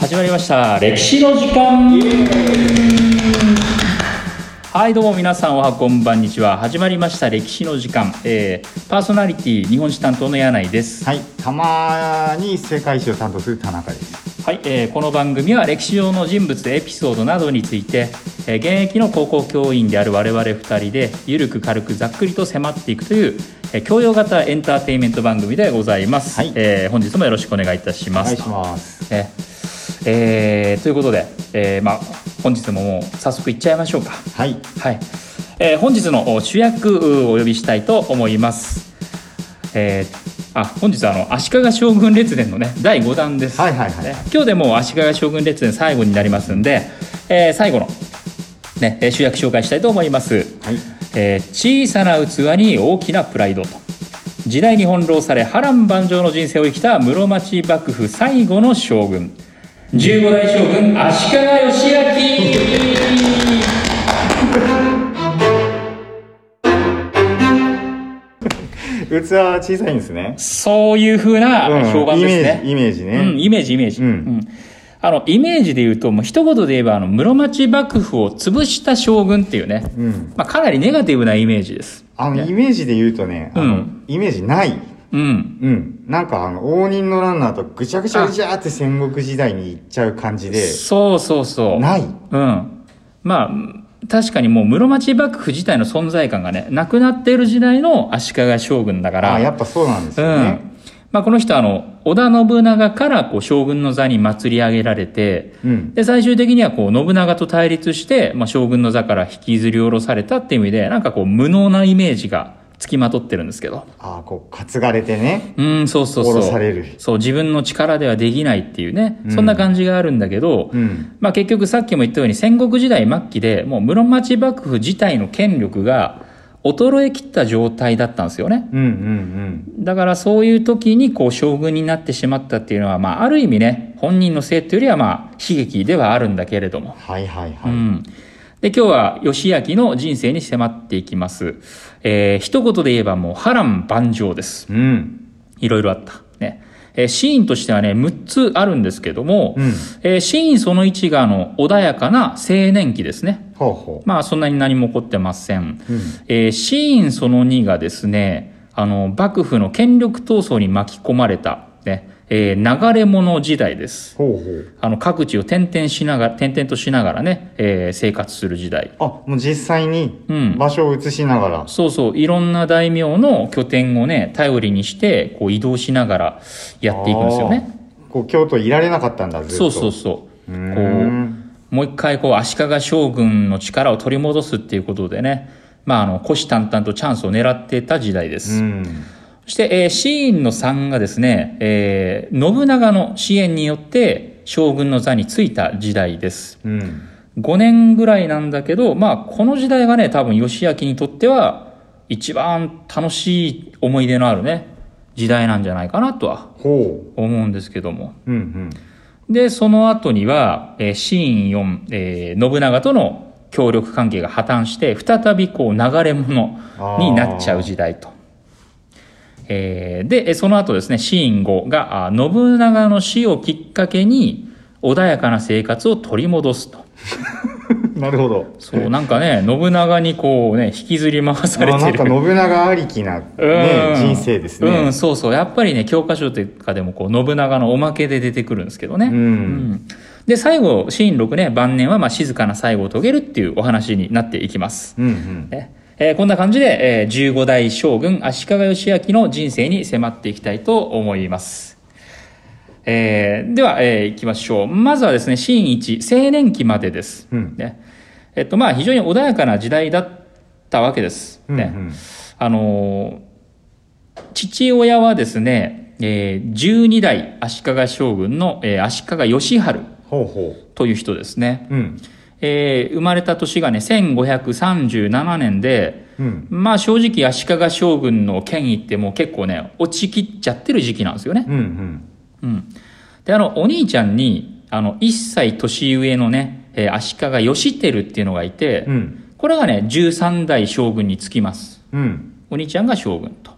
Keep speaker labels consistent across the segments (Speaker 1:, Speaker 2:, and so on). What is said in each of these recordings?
Speaker 1: 始まりました歴史の時間はいどうも皆さんおはこんばんにちは始まりました歴史の時間、えー、パーソナリティ日本史担当の柳井です
Speaker 2: はい、たまに世界史を担当する田中です。
Speaker 1: はい、えーこの番組は歴史上の人物エピソードなどについて、えー現役の高校教員である我々2人でゆるく軽くざっくりと迫っていくという、えー教養型エンターテインメント番組でございます、
Speaker 2: はい
Speaker 1: えー本日もよろしくお願いいたし
Speaker 2: お
Speaker 1: ま
Speaker 2: 願
Speaker 1: す
Speaker 2: いします。
Speaker 1: ねえーということで、えーまあ、本日ももう早速いっちゃいましょうか。
Speaker 2: はい、
Speaker 1: はいえー本日のお主役をお呼びしたいと思います。えーあ本日はあの足利将軍列伝のね第5弾です、
Speaker 2: はい、はい、はい
Speaker 1: ね。今日でもう足利将軍列伝最後になりますんで、えー最後の、ね、えー主役紹介したいと思います。
Speaker 2: はい、
Speaker 1: えー小さな器に大きなプライドと時代に翻弄され波乱万丈の人生を生きた室町幕府最後の将軍15代将軍足利義明
Speaker 2: 器は小さいんですね。
Speaker 1: そういう風な評判ですね、
Speaker 2: イメージ、イメー
Speaker 1: う
Speaker 2: ジ
Speaker 1: ん、
Speaker 2: ね。
Speaker 1: イメージイメージ、
Speaker 2: うん
Speaker 1: あのイメージで言うともう一言で言えばあの室町幕府を潰した将軍っていうね、
Speaker 2: うん、
Speaker 1: まあ、かなりネガティブなイメージです
Speaker 2: あの、
Speaker 1: ね
Speaker 2: イメージで言うとね、あの、
Speaker 1: うん
Speaker 2: イメージない。
Speaker 1: うん
Speaker 2: うん、なんか、あの、応仁のランナーとぐちゃぐちゃぐちゃって戦国時代に行っちゃう感じで。
Speaker 1: そうそうそう
Speaker 2: ない。
Speaker 1: うん、まあ確かにもう室町幕府自体の存在感がねなくなっている時代の足利将軍だから
Speaker 2: あ、やっぱそうなんです
Speaker 1: う
Speaker 2: よね。
Speaker 1: んまあ、この人はあの織田信長からこう将軍の座に祭り上げられて
Speaker 2: うん、
Speaker 1: で最終的にはこう信長と対立して、まあ、将軍の座から引きずり下ろされたっていう意味でなんかこう無能なイメージがつきまとってるんですけど
Speaker 2: あ、こう担がれてね。
Speaker 1: うんそうそう
Speaker 2: 下
Speaker 1: そ
Speaker 2: ろさ
Speaker 1: う
Speaker 2: れる。
Speaker 1: そう自分の力ではできないっていうね、
Speaker 2: うん
Speaker 1: そんな感じがあるんだけど、
Speaker 2: うん、
Speaker 1: まあ、結局さっきも言ったように戦国時代末期でもう室町幕府自体の権力が衰えきった状態だったんですよね
Speaker 2: うん、うん、うん。
Speaker 1: だからそういう時にこう将軍になってしまったっていうのは、まあ、ある意味ね本人のせいっていうよりはまあ悲劇ではあるんだけれども、
Speaker 2: はい、はい、
Speaker 1: う
Speaker 2: はい。
Speaker 1: ん、で今日は義明の人生に迫っていきます、えー一言で言えばもう波乱万丈です
Speaker 2: うん、
Speaker 1: いろいろあったね、えーシーンとしてはね6つあるんですけども、
Speaker 2: うん。
Speaker 1: えーシーンその1があの穏やかな青年期ですね。
Speaker 2: ほうほ
Speaker 1: まあそんなに何も起こってません。
Speaker 2: う。うん。
Speaker 1: えーシーンその2がですね、あの幕府の権力闘争に巻き込まれた、ねえー流れ者時代です。
Speaker 2: ほうほう。
Speaker 1: あの各地を転々しながら、転々としながらね、えー生活する時代。
Speaker 2: あ、もう実際に
Speaker 1: うん
Speaker 2: 場所を移しながら。
Speaker 1: そうそう、いろんな大名の拠点をね、頼りにして、こう移動しながらやっていくんですよね。
Speaker 2: あー。こう、京都いられなかったんだ、ずっと。
Speaker 1: そうそうそう。
Speaker 2: うーん。
Speaker 1: もう一回こう足利将軍の力を取り戻すっていうことでね、まあ、あの虎視眈々とチャンスを狙ってた時代で
Speaker 2: う
Speaker 1: す、
Speaker 2: ん。
Speaker 1: そして、えーシーンの3がですね、えー信長の支援によって将軍の座に就いた時代です
Speaker 2: うん。
Speaker 1: 5年ぐらいなんだけど、まあ、この時代がね多分義明にとっては一番楽しい思い出のあるね時代なんじゃないかなとは
Speaker 2: ほ
Speaker 1: 思うんですけども
Speaker 2: う。うん
Speaker 1: で、その後には、えーシーン4、えー信長との協力関係が破綻して、再びこう流れ者になっちゃう時代と。えーで、えーその後ですね、シーン5が、あー信長の死をきっかけに、穏やかな生活を取り戻すと。
Speaker 2: うん。 なるほど。
Speaker 1: そう、なんかね、信長にこうね、引きずり回され
Speaker 2: あなん
Speaker 1: て
Speaker 2: か
Speaker 1: る。
Speaker 2: 信長ありきな、ね、人生です
Speaker 1: う
Speaker 2: ね
Speaker 1: ん、。そうそう。やっぱりね、教科書とかでも、こう、信長のおまけで出てくるんですけどね。う
Speaker 2: う。
Speaker 1: んんで最後シーン6ね晩年はまあ静かな最後を遂げるっていうお話になっていきます、
Speaker 2: うんうん。
Speaker 1: ねえーこんな感じで、えー15代将軍足利義明の人生に迫っていきたいと思います、えーでは、えいきましょうまずはですねシーン1青年期までです、
Speaker 2: うん。
Speaker 1: ねえっとまあ非常に穏やかな時代だったわけです、
Speaker 2: うんう
Speaker 1: ね
Speaker 2: ん。
Speaker 1: あのー父親はですね、えー12代足利将軍の、えー足利義晴
Speaker 2: ほうほ
Speaker 1: という人ですね、
Speaker 2: う。うん。
Speaker 1: えー生まれた年がね1537年で
Speaker 2: うん。
Speaker 1: まあ正直足利将軍の権威ってもう結構ね落ちきっちゃってる時期なんですよね
Speaker 2: うんうん。
Speaker 1: うんであのお兄ちゃんにあの1歳年上のね、えー足利義輝っていうのがいて、
Speaker 2: うん。
Speaker 1: これがね13代将軍につきます
Speaker 2: うん。
Speaker 1: お兄ちゃんが将軍と。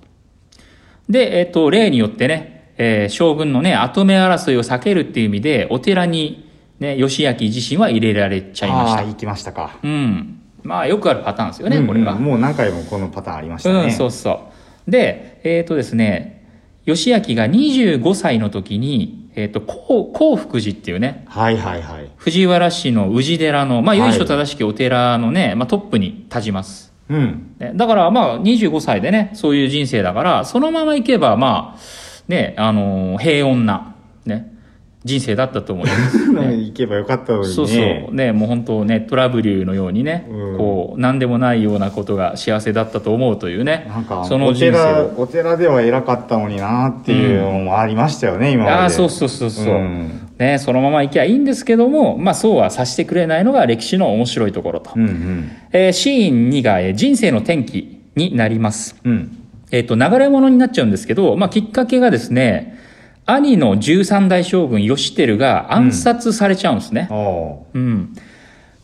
Speaker 1: で、えっと、例によってね、えー将軍のね跡目争いを避けるっていう意味でお寺に、ね、義明自身は入れられちゃいまし
Speaker 2: あ
Speaker 1: た
Speaker 2: ー行きましたか。
Speaker 1: うんまあよくあるパターンですよね、
Speaker 2: うんうん
Speaker 1: これは
Speaker 2: もう何回もこのパターンありました
Speaker 1: うん、
Speaker 2: ね。
Speaker 1: そうそう。で、えっ、とですね、義明が25歳の時に、えっ、と、幸幸福寺っていうね、
Speaker 2: はいはいはい。
Speaker 1: 藤原氏の宇治寺の、まあ、
Speaker 2: はい
Speaker 1: 由緒正しきお寺のね、まあ、トップに立ちます。
Speaker 2: うん。
Speaker 1: ねだから、まあ、25歳でね、そういう人生だから、そのままいけば、まあ、ね、あのー平穏な、ね、人生だったと思います。
Speaker 2: 行けばよかったのにね。
Speaker 1: そうそう。ね、もう本当ね、トラブルのようにね、
Speaker 2: うん
Speaker 1: こう、何でもないようなことが幸せだったと思うというね、
Speaker 2: なんか
Speaker 1: その
Speaker 2: お
Speaker 1: 人生
Speaker 2: 寺
Speaker 1: を
Speaker 2: お寺では偉かったのになっていうのもありましたよね、今まで
Speaker 1: ああそうそうそうそう、
Speaker 2: うん
Speaker 1: ねそのまま行きゃいいんですけどもまあそうはさせてくれないのが歴史の面白いところと、
Speaker 2: うんうん
Speaker 1: えーシーン2がえー人生の転機になります
Speaker 2: うん
Speaker 1: えっ、と流れ物になっちゃうんですけど、まあ、きっかけがですね兄の13代将軍義輝が暗殺されちゃうんですね、
Speaker 2: ああ
Speaker 1: うん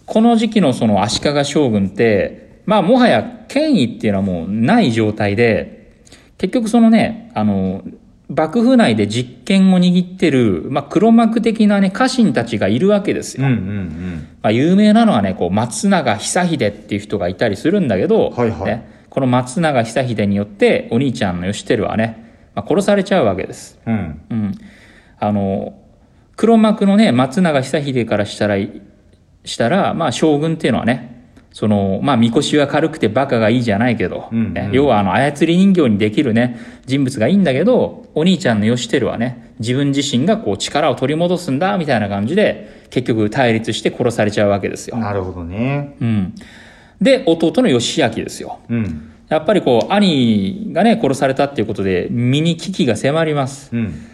Speaker 1: この時期のその足利将軍ってまあもはや権威っていうのはもうない状態で結局そのねあの幕府内で実権を握ってる、まあ、黒幕的なね家臣たちがいるわけです
Speaker 2: うん
Speaker 1: よ、
Speaker 2: うんうん
Speaker 1: まあ、有名なのはねこう松永久秀っていう人がいたりするんだけど、
Speaker 2: はいはい
Speaker 1: ね、この松永久秀によってお兄ちゃんの義輝はね、まあ、殺されちゃうわけです
Speaker 2: うん
Speaker 1: うん、あの黒幕のね松永久秀からしたらしたら、まあ、将軍っていうのはねそのまあみこしは軽くてバカがいいじゃないけど、
Speaker 2: うんうん
Speaker 1: ね要はあの操り人形にできるね人物がいいんだけどお兄ちゃんの義輝はね自分自身がこう力を取り戻すんだみたいな感じで結局対立して殺されちゃうわけですよ。
Speaker 2: なるほどね
Speaker 1: うん、で弟の義明ですよ。
Speaker 2: うん
Speaker 1: やっぱりこう兄がね殺されたっていうことで身に危機が迫ります。
Speaker 2: うん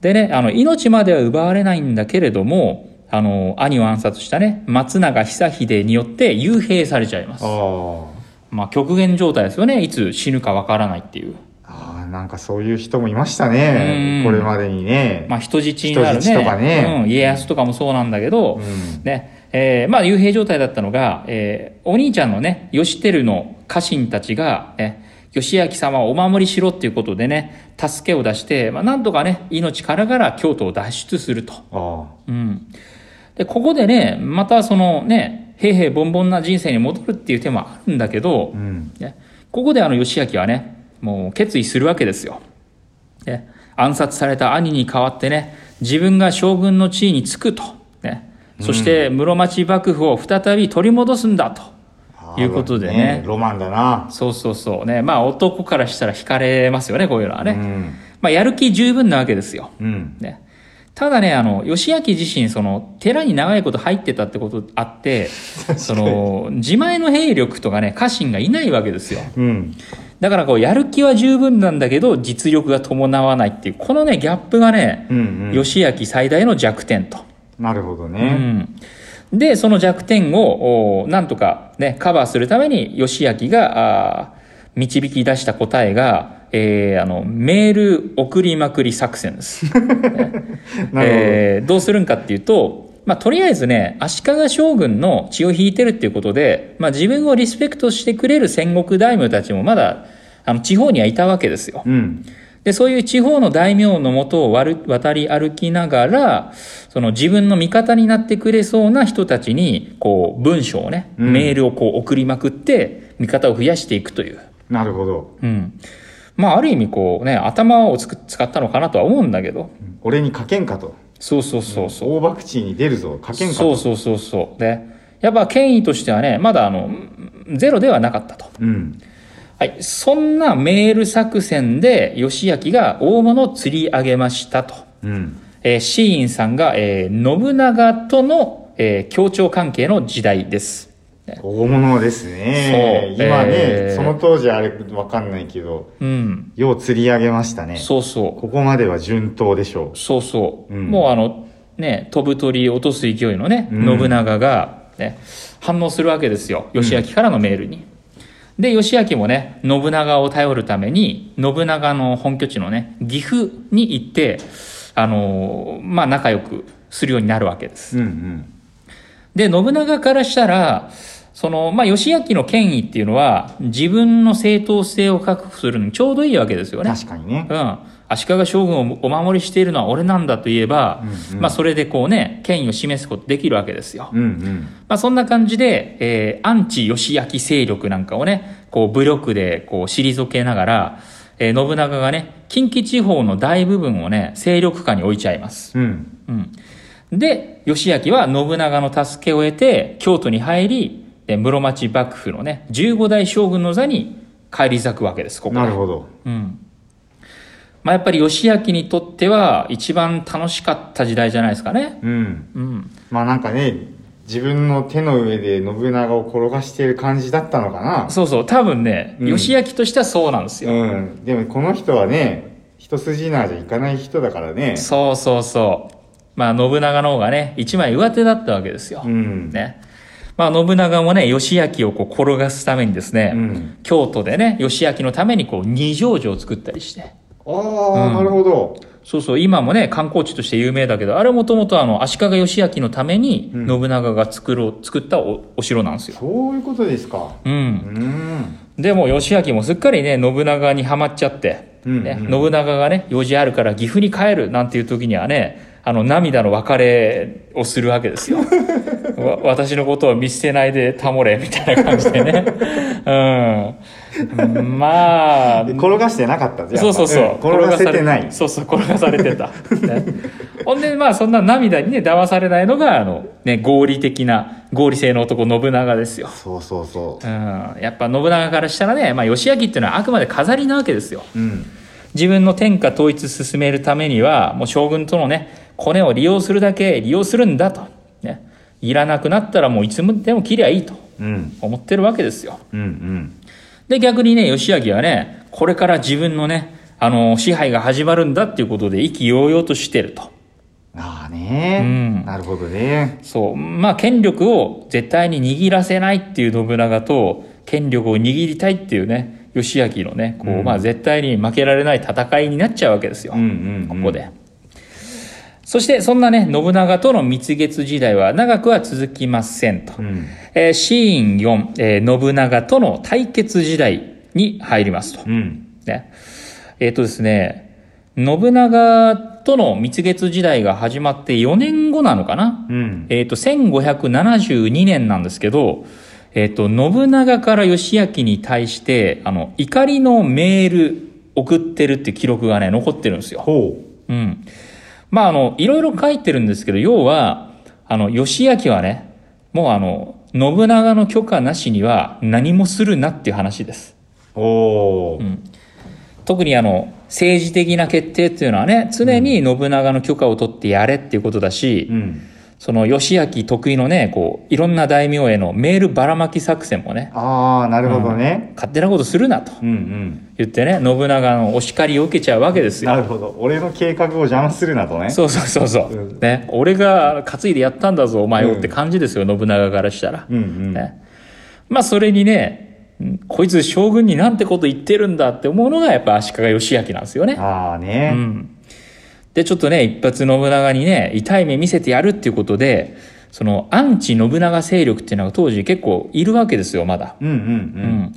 Speaker 1: でね、あの、命までは奪われないんだけれども、あの、兄を暗殺したね、松永久秀によって幽閉されちゃいます
Speaker 2: あ。ー
Speaker 1: まあ、極限状態ですよね。いつ死ぬかわからないっていう。
Speaker 2: あーなんかそういう人もいました
Speaker 1: う
Speaker 2: ね
Speaker 1: ん
Speaker 2: これまでにね、
Speaker 1: まあ、人質になるね。
Speaker 2: 人質とかね
Speaker 1: うん、家康とかもそうなんだけど、
Speaker 2: うん
Speaker 1: ね、えーまあ、幽閉状態だったのが、えーお兄ちゃんのね、義輝の家臣たちが、ね、義明様をお守りしろっていうことでね、助けを出して、まあ、なんとかね、命からがら京都を脱出すると。
Speaker 2: あ
Speaker 1: うん。で、ここでね、またそのね、平平凡凡な人生に戻るっていう手もあるんだけど
Speaker 2: あう、ん
Speaker 1: ね、ここであの、義明はね、もう決意するわけですよ。ね、暗殺された兄に代わってね、自分が将軍の地位に就くと。ね、そして室町幕府を再び取り戻すんだと。
Speaker 2: あー
Speaker 1: いうことでね
Speaker 2: ロマンだな、
Speaker 1: そうそうそう。ね、まあ男からしたら惹かれますよね、こういうのは
Speaker 2: う
Speaker 1: ね。
Speaker 2: ん
Speaker 1: まあやる気十分なわけですよ。
Speaker 2: うん
Speaker 1: ね。ただね、あの、義明自身、その、寺に長いこと入ってたってことあ って、その、自前の兵力とかね、家臣がいないわけですよ。
Speaker 2: うん
Speaker 1: だからこう、やる気は十分なんだけど、実力が伴わないっていう、このね、ギャップがね、
Speaker 2: うんうん
Speaker 1: 義明最大の弱点と。
Speaker 2: なるほど
Speaker 1: う
Speaker 2: ね、
Speaker 1: ん。で、その弱点を、おなんとかね、カバーするために、義明が、あー導き出した答えが、えー、あの、メール送りまくり作戦です。
Speaker 2: なるほど、
Speaker 1: えーどうするんかっていうと、まあ、とりあえずね、足利将軍の血を引いてるっていうことで、まあ、自分をリスペクトしてくれる戦国大名たちもまだ、あの、地方にはいたわけですよ。
Speaker 2: うん
Speaker 1: で、そういう地方の大名のもとを割る渡り歩きながら、その自分の味方になってくれそうな人たちに、こう、文章をね、
Speaker 2: うん
Speaker 1: メールをこう送りまくって、味方を増やしていくという。
Speaker 2: なるほど
Speaker 1: うん。まあ、ある意味こうね、頭をつく使ったのかなとは思うんだけど、
Speaker 2: 俺にかけんかと
Speaker 1: そうそうそうそう。
Speaker 2: 大博打に出るぞかけんか
Speaker 1: そ
Speaker 2: と
Speaker 1: うそうそうそうでやっぱ権威としてはねまだあのゼロではなかったと、
Speaker 2: うん
Speaker 1: はい、そんなメール作戦で義明が大物を釣り上げましたと、
Speaker 2: うん
Speaker 1: えー、シーインさんが、えー信長との、えー協調関係の時代です
Speaker 2: 大物ですね
Speaker 1: そう
Speaker 2: 今ね、
Speaker 1: えー
Speaker 2: その当時あれわかんないけど
Speaker 1: うん
Speaker 2: よう釣り上げましたね
Speaker 1: そうそう
Speaker 2: ここまでは順当でしょ
Speaker 1: そうそう、
Speaker 2: うん
Speaker 1: もうあのね飛ぶ鳥落とす勢いのね
Speaker 2: うん
Speaker 1: 信長が、ね反応するわけですよ義明からのメールに、で義明もね信長を頼るために信長の本拠地のね岐阜に行ってあのーまあ仲良くするようになるわけです
Speaker 2: ううん
Speaker 1: で信長からしたらその、まあ、義明の権威っていうのは、自分の正当性を確保するのにちょうどいいわけですよね。
Speaker 2: 確かにね
Speaker 1: うん、足利将軍をお守りしているのは俺なんだと言えば、
Speaker 2: うんうん
Speaker 1: まあ、それでこうね権威を示すことできるわけですよ。
Speaker 2: うんうん
Speaker 1: まあ、そんな感じで、えーアンチ義明勢力なんかをねこう武力でこう退けながら、えー信長がね近畿地方の大部分をね勢力下に置いちゃいます。
Speaker 2: うん
Speaker 1: うん、で義明は信長の助けを得て京都に入りで室町幕府のね15代将軍の座に返り咲くわけですここで
Speaker 2: なるほど
Speaker 1: うんまあ、やっぱり義明にとっては一番楽しかった時代じゃないですかね。
Speaker 2: うん
Speaker 1: うん、
Speaker 2: まあなんかね自分の手の上で信長を転がしている感じだったのかな
Speaker 1: そうそう多分ね、
Speaker 2: うん
Speaker 1: 義明としてはそうなんですよ。
Speaker 2: うんでもこの人はね一筋縄じゃいかない人だからね
Speaker 1: そうそうそう。まあ信長の方がね一枚上手だったわけですよ。
Speaker 2: うん
Speaker 1: ねまあ、信長もね義明をこう転がすためにですね、
Speaker 2: うん
Speaker 1: 京都でね義明のためにこう二条城を作ったりして
Speaker 2: ああ、なるほど
Speaker 1: そうそう今もね観光地として有名だけどあれもともとあの足利義明のために
Speaker 2: うん
Speaker 1: 信長が作ろう作ったおお城なんですよ。
Speaker 2: そういうことですか
Speaker 1: う、
Speaker 2: うんん
Speaker 1: でも義明もすっかりね信長にはまっちゃって、
Speaker 2: うん
Speaker 1: ね
Speaker 2: うん
Speaker 1: 信長がね用事あるから岐阜に帰るなんていう時にはねあの涙の別れをするわけです よわ私のことを見捨てないでたもれみたいな感じで ねうんまあ
Speaker 2: で転がしてなかったじゃん
Speaker 1: そうそうそう、
Speaker 2: ん転がせて
Speaker 1: 転がさ
Speaker 2: な
Speaker 1: れ
Speaker 2: い
Speaker 1: そうそう転がされてた、ねほんでまあそんな涙にね騙されないのがあの、ね、合理的な合理性の男信長ですよ
Speaker 2: そうそうそ
Speaker 1: うん、やっぱ信長からしたらね、まあ、義明っていうのはあくまで飾りなわけですよ
Speaker 2: ううん
Speaker 1: 自分の天下統一進めるためにはもう将軍とのねコネを利用するだけ利用するんだと、ね、いらなくなったらもういつでも切りゃいいと
Speaker 2: うん
Speaker 1: 思ってるわけですよ
Speaker 2: うんうん
Speaker 1: で逆にね義明はねこれから自分のねあの支配が始まるんだっていうことで意気揚々としてると
Speaker 2: ああ
Speaker 1: う
Speaker 2: ね
Speaker 1: ん
Speaker 2: なるほどね
Speaker 1: そうまあ権力を絶対に握らせないっていう信長と権力を握りたいっていうね義明のねこう、
Speaker 2: うん
Speaker 1: まあ絶対に負けられない戦いになっちゃうわけですよ、
Speaker 2: うんうんうん
Speaker 1: ここで。そしてそんなね信長との蜜月時代は長くは続きませんと、
Speaker 2: うん
Speaker 1: えーシーン4、えー信長との対決時代に入りますと、
Speaker 2: うん
Speaker 1: ね。えっ、とですね、信長との蜜月時代が始まって4年後なのかな、
Speaker 2: うん
Speaker 1: えっ、と、1572年なんですけど、えっ、と、信長から義明に対して、あの、怒りのメール送ってるって記録がね、残ってるんですよ。
Speaker 2: ほ
Speaker 1: うん。まあ、あの、いろいろ書いてるんですけど、要は、あの、義明はね、もうあの、信長の許可なしには何もするなっていう話です。
Speaker 2: うおお
Speaker 1: 特にあの政治的な決定っていうのはね常に信長の許可を取ってやれっていうことだし、
Speaker 2: うん
Speaker 1: その義明得意のねこういろんな大名へのメールばらまき作戦もね
Speaker 2: ああなるほどね
Speaker 1: 勝手なことするなと
Speaker 2: うんうん
Speaker 1: 言ってね信長のお叱りを受けちゃうわけですよ。
Speaker 2: なるほど俺の計画を邪魔するなとね
Speaker 1: そうそうそうそう、
Speaker 2: うん
Speaker 1: ね、俺が担いでやったんだぞお前を
Speaker 2: うん
Speaker 1: って感じですよ、信長からしたら、
Speaker 2: うんうん
Speaker 1: ね、まあそれにねうんこいつ将軍になんてこと言ってるんだって思うのがやっぱ足利義明なんですよね
Speaker 2: ああ
Speaker 1: う
Speaker 2: ね
Speaker 1: ん、でちょっとね一発信長にね痛い目見せてやるっていうことでそのアンチ信長勢力っていうのが当時結構いるわけですよまだ、
Speaker 2: うんうん
Speaker 1: う
Speaker 2: うん
Speaker 1: ん、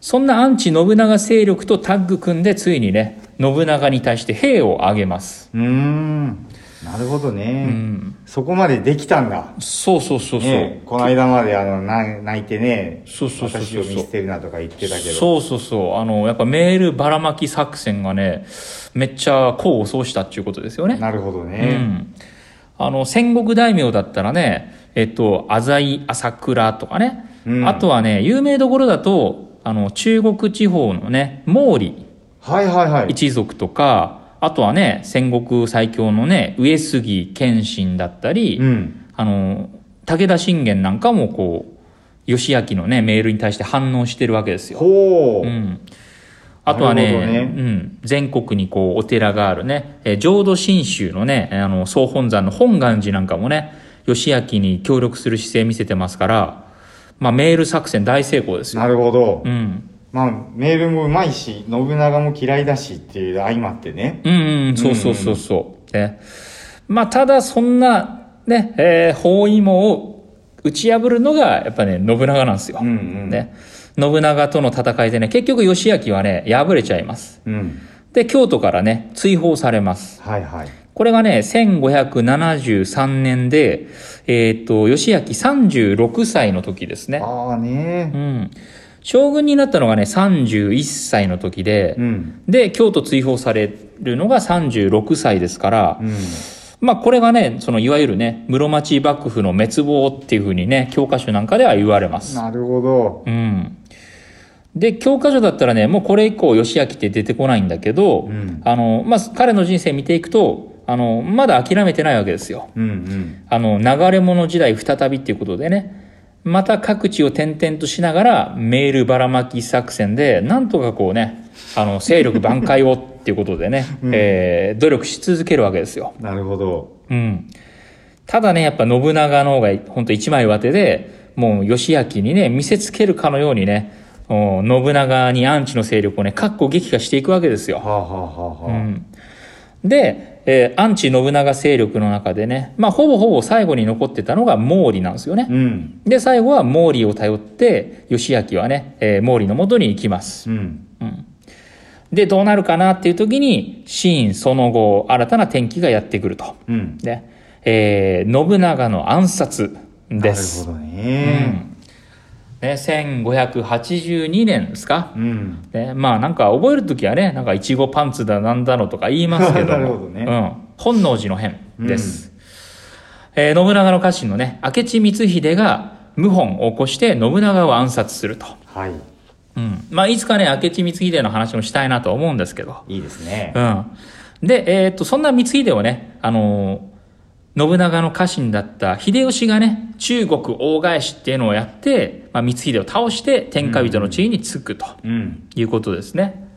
Speaker 1: そんなアンチ信長勢力とタッグ組んでついにね信長に対して兵を挙げます、
Speaker 2: うーんなるほど
Speaker 1: う
Speaker 2: ね
Speaker 1: ん、
Speaker 2: そこまでできたんだ
Speaker 1: そうそうそうそう、
Speaker 2: ねこの間まであのな泣いてね
Speaker 1: そうそうそう
Speaker 2: 私
Speaker 1: そう
Speaker 2: を見捨てるなとか言ってたけど
Speaker 1: そうそうそうあのやっぱメールばらまき作戦がねめっちゃ功を奏したっていうことですよね
Speaker 2: なるほど
Speaker 1: う
Speaker 2: ね
Speaker 1: ん、あの戦国大名だったらねえっと浅井朝倉とかね、
Speaker 2: うん
Speaker 1: あとはね有名どころだとあの中国地方のね毛利
Speaker 2: はいはいはい
Speaker 1: 一族とかあとはね戦国最強のね上杉謙信だったり、
Speaker 2: うん
Speaker 1: あの武田信玄なんかもこう義明のねメールに対して反応してるわけですよ。
Speaker 2: ほ
Speaker 1: う、
Speaker 2: うん
Speaker 1: あとはね
Speaker 2: なるほどね
Speaker 1: うん、全国にこうお寺があるね、えー浄土真宗のねあの総本山の本願寺なんかもね義明に協力する姿勢見せてますから、まあ、メール作戦大成功ですよ。
Speaker 2: なるほど
Speaker 1: うん、
Speaker 2: まあメールもうまいし信長も嫌いだしっていう相まってね
Speaker 1: うんうん、そうそうそうそう。ねまあ、ただそんな、ね、えー包囲網を打ち破るのがやっぱね信長なんですよ、
Speaker 2: うんうん
Speaker 1: ね、信長との戦いでね結局義明はね敗れちゃいます
Speaker 2: うん
Speaker 1: で京都からね追放されます
Speaker 2: はいはい
Speaker 1: これがね1573年でえーっと義明36歳の時ですね、
Speaker 2: ああね
Speaker 1: うん、将軍になったのがね31歳の時で、
Speaker 2: うん
Speaker 1: で京都追放されるのが36歳ですから、
Speaker 2: うん
Speaker 1: まあこれがねそのいわゆるね室町幕府の滅亡っていうふうにね教科書なんかでは言われます。
Speaker 2: なるほど
Speaker 1: うん、で教科書だったらねもうこれ以降義明って出てこないんだけど、
Speaker 2: うん
Speaker 1: あのまあ、彼の人生見ていくとあのまだ諦めてないわけですよ。
Speaker 2: うんうん
Speaker 1: あの流れ物時代再びっていうことでねまた各地を転々としながらメールばらまき作戦でなんとかこうねあの勢力挽回をっていうことでね、えー努力し続けるわけですよ。
Speaker 2: なるほど
Speaker 1: うん、ただねやっぱ信長の方が本当一枚上手でもう義明にね見せつけるかのようにねお信長にアンチの勢力をね確固撃破していくわけですよ。
Speaker 2: はあはあはあ
Speaker 1: う
Speaker 2: は
Speaker 1: んで、えーアンチ信長勢力の中でね、まあ、ほぼほぼ最後に残ってたのが毛利なんですよね
Speaker 2: あ。うん
Speaker 1: で、最後は毛利を頼って、義明はね、えー毛利の元に行きます。
Speaker 2: うん
Speaker 1: で、どうなるかなっていう時に、シーンその後、新たな転機がやってくると。
Speaker 2: うん
Speaker 1: ね、えー信長の暗殺です。
Speaker 2: なるほど
Speaker 1: うん
Speaker 2: ね
Speaker 1: ね、1582年ですか、
Speaker 2: うん
Speaker 1: ね、まあなんか覚える時はねなんかいちごパンツだなんだのとか言いますけども
Speaker 2: なるほどね
Speaker 1: うん、本能寺の変です、えー信長の家臣のね明智光秀が謀反を起こして信長を暗殺すると、
Speaker 2: はい
Speaker 1: うん、まあいつかね明智光秀の話もしたいなとは思うんですけど、
Speaker 2: いいですね
Speaker 1: うん、で、えーっとそんな光秀をねあのー信長の家臣だった秀吉がね中国大返しっていうのをやって、まあ、光秀を倒して天下人の地位につくと、
Speaker 2: うん
Speaker 1: いうことですね。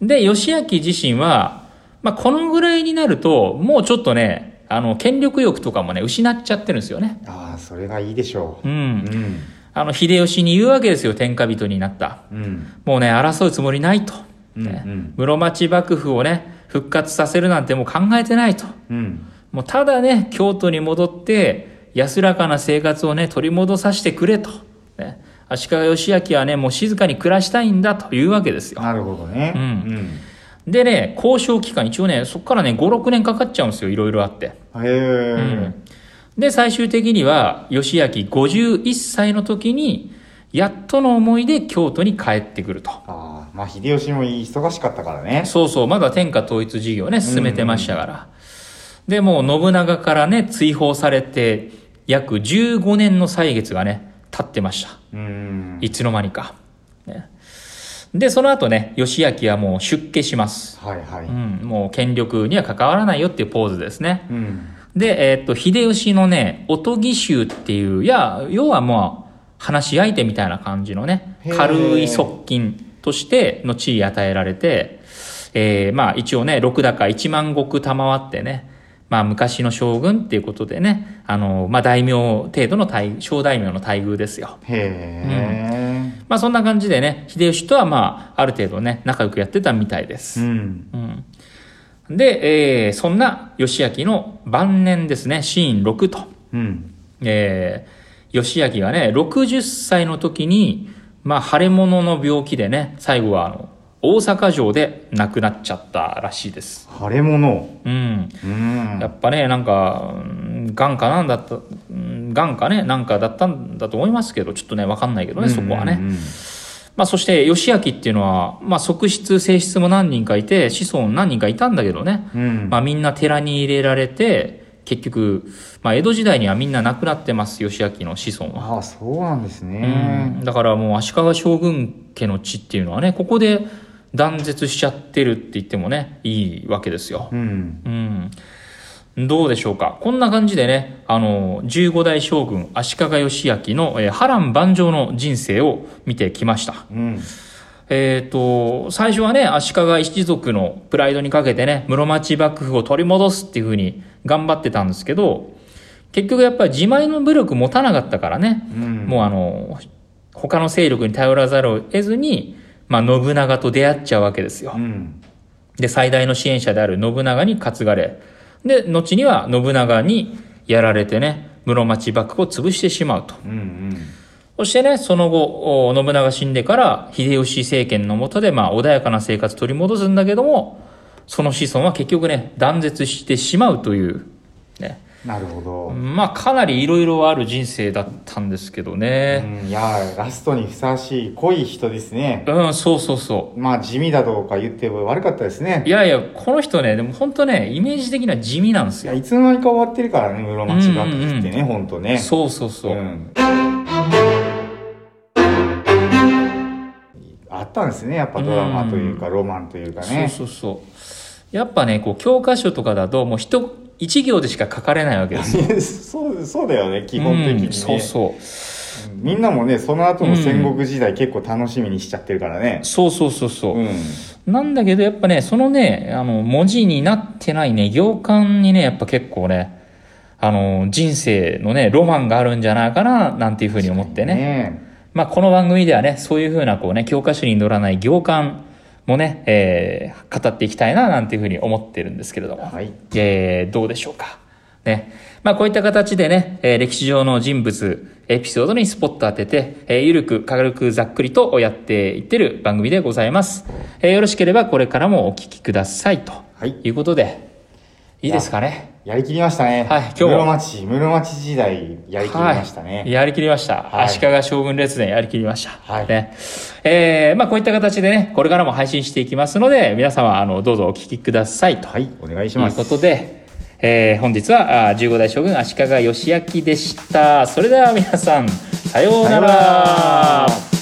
Speaker 1: で、義明自身は、まあ、このぐらいになると、もうちょっとね、あの、権力欲とかもね、失っちゃってるんですよね。
Speaker 2: ああそれがいいでしょ
Speaker 1: う。
Speaker 2: うんうん
Speaker 1: あの、秀吉に言うわけですよ、天下人になった。
Speaker 2: うん
Speaker 1: もうね、争うつもりないと。
Speaker 2: うんう
Speaker 1: ね
Speaker 2: ん
Speaker 1: 室町幕府をね、復活させるなんてもう考えてないと。
Speaker 2: うん
Speaker 1: もうただね、京都に戻って、安らかな生活をね、取利戻させてくれと。ね。足利義明はね、もう静かに暮らしたいんだというわけですよ。
Speaker 2: なるほどね
Speaker 1: うん
Speaker 2: ん
Speaker 1: でね、交渉期間、一応ね、そこからね、5、6年かかっちゃうんですよ、いろいろあって。
Speaker 2: へえ
Speaker 1: で、最終的には、義明51歳の時に、やっとの思いで京都に帰ってくると。
Speaker 2: ああまあ秀吉も忙しかったからね
Speaker 1: そうそう、まだ天下統一事業ね、進めてましたから。で、もう信長からね、追放されて、約15年の歳月がね、経ってました。
Speaker 2: うん
Speaker 1: いつの間にか。ねで、その後ね、義明はもう出家します。
Speaker 2: はいは
Speaker 1: う
Speaker 2: い
Speaker 1: ん、もう権力には関わらないよっていうポーズですね。
Speaker 2: うん
Speaker 1: で、えーっと、秀吉のね、おとぎ衆っていう、いや、要はまあ、話し相手みたいな感じのね
Speaker 2: へ、ー
Speaker 1: 軽い側近としての地位与えられて、えーまあ一応ね、六高一万石賜ってね、まあ昔の将軍っていうことでね、あの、まあ大名程度の待遇、小大名の待遇ですよ。
Speaker 2: へえ
Speaker 1: まあそんな感じでね、秀吉とはまあある程度ね、仲良くやってたみたいです
Speaker 2: う。ん
Speaker 1: うんで、えーそんな義明の晩年ですね、シーン6と。
Speaker 2: うん
Speaker 1: えー、義明がね、60歳の時に、まあ、腫れ物の病気でね、最後はあの、大阪城で亡くなっちゃったらしいです。
Speaker 2: 腫れ物
Speaker 1: うん。
Speaker 2: うん
Speaker 1: やっぱね、なんか、うん癌かなんだった、うん癌かね、なんかだったんだと思いますけど、ちょっとね、わかんないけどね、そこはね。
Speaker 2: うんうんうん
Speaker 1: まあ、そして、義明っていうのは、まあ、側室、正室も何人かいて、子孫何人かいたんだけどね、
Speaker 2: うん
Speaker 1: まあ、みんな寺に入れられて、結局、まあ、江戸時代にはみんな亡くなってます、義明の子孫は。
Speaker 2: ああそうなんです
Speaker 1: う
Speaker 2: ね
Speaker 1: んだからもう足利将軍家の地っていうのはねここで断絶しちゃってるって言ってもねいいわけですよ、
Speaker 2: うん
Speaker 1: うん、どうでしょうかこんな感じでねあの15代将軍足利義明の、えー波乱万丈の人生を見てきました
Speaker 2: うん
Speaker 1: えー、と最初はね足利一族のプライドにかけてね室町幕府を取り戻すっていうふうに頑張ってたんですけど結局やっぱり自前の武力持たなかったからね
Speaker 2: うん
Speaker 1: もうあの他の勢力に頼らざるを得ずに、まあ、信長と出会っちゃうわけですよ。
Speaker 2: うん
Speaker 1: で最大の支援者である信長に担がれで後には信長にやられてね室町幕府を潰してしまうと。
Speaker 2: うんうん
Speaker 1: そしてね、その後、お信長死んでから、秀吉政権の下で、まあ、穏やかな生活を取り戻すんだけども、その子孫は結局ね、断絶してしまうという、ね。
Speaker 2: なるほど、
Speaker 1: まあ、かなりいろいろある人生だったんですけどね。
Speaker 2: うんいやーラストにふさわしい濃い人ですね
Speaker 1: うん、そうそうそ
Speaker 2: まあ地味だとか言って悪かったですね
Speaker 1: う。いやいや、この人ね、でも本当ね、イメージ的には地味なんです
Speaker 2: いや
Speaker 1: よ。
Speaker 2: いつの間にか終わってるからね室町幕府ってね、ほんとね
Speaker 1: そうそうそう。
Speaker 2: んあったんですねやっぱドラマというか、ロマンというかね
Speaker 1: そうそうそう。やっぱね、こう、教科書とかだと、もう一、一行でしか書かれないわけですよ。
Speaker 2: そうそうだよね基本的にね、
Speaker 1: うんそうそう。
Speaker 2: みんなもねその後の戦国時代結構楽しみにしちゃってるからね
Speaker 1: そうそうそうそう。
Speaker 2: うん、
Speaker 1: なんだけど、やっぱね、そのね、あの、文字になってないね、行間にね、やっぱ結構ね、あの、人生のね、ロマンがあるんじゃないかな、なんていうふうに思ってね。まあ、この番組ではね、そういうふうな、こうね、教科書に載らない行間もね、えー語っていきたいな、なんていうふうに思ってるんですけれども。
Speaker 2: はい
Speaker 1: えーどうでしょうか。ね。まあ、こういった形でね、えー歴史上の人物、エピソードにスポット当てて、えーゆるく、軽く、ざっくりとやっていってる番組でございます。えーよろしければこれからもお聞きください。と
Speaker 2: はい
Speaker 1: いうことで、いいですかね。
Speaker 2: やりきりましたね
Speaker 1: はい今日
Speaker 2: 室
Speaker 1: は
Speaker 2: 町室町時代やりきりました
Speaker 1: はい、
Speaker 2: ね
Speaker 1: やりきりました、
Speaker 2: はい
Speaker 1: 足利将軍列伝やりきりました、
Speaker 2: はい
Speaker 1: ねえーまあ、こういった形でねこれからも配信していきますので皆様あのどうぞお聞きくださいと
Speaker 2: はい、お願いし
Speaker 1: とい
Speaker 2: ま
Speaker 1: う
Speaker 2: す
Speaker 1: ことで、えー本日はあー15代将軍足利義明でしたそれでは皆さんさよう
Speaker 2: さ
Speaker 1: な
Speaker 2: よう
Speaker 1: ら
Speaker 2: なら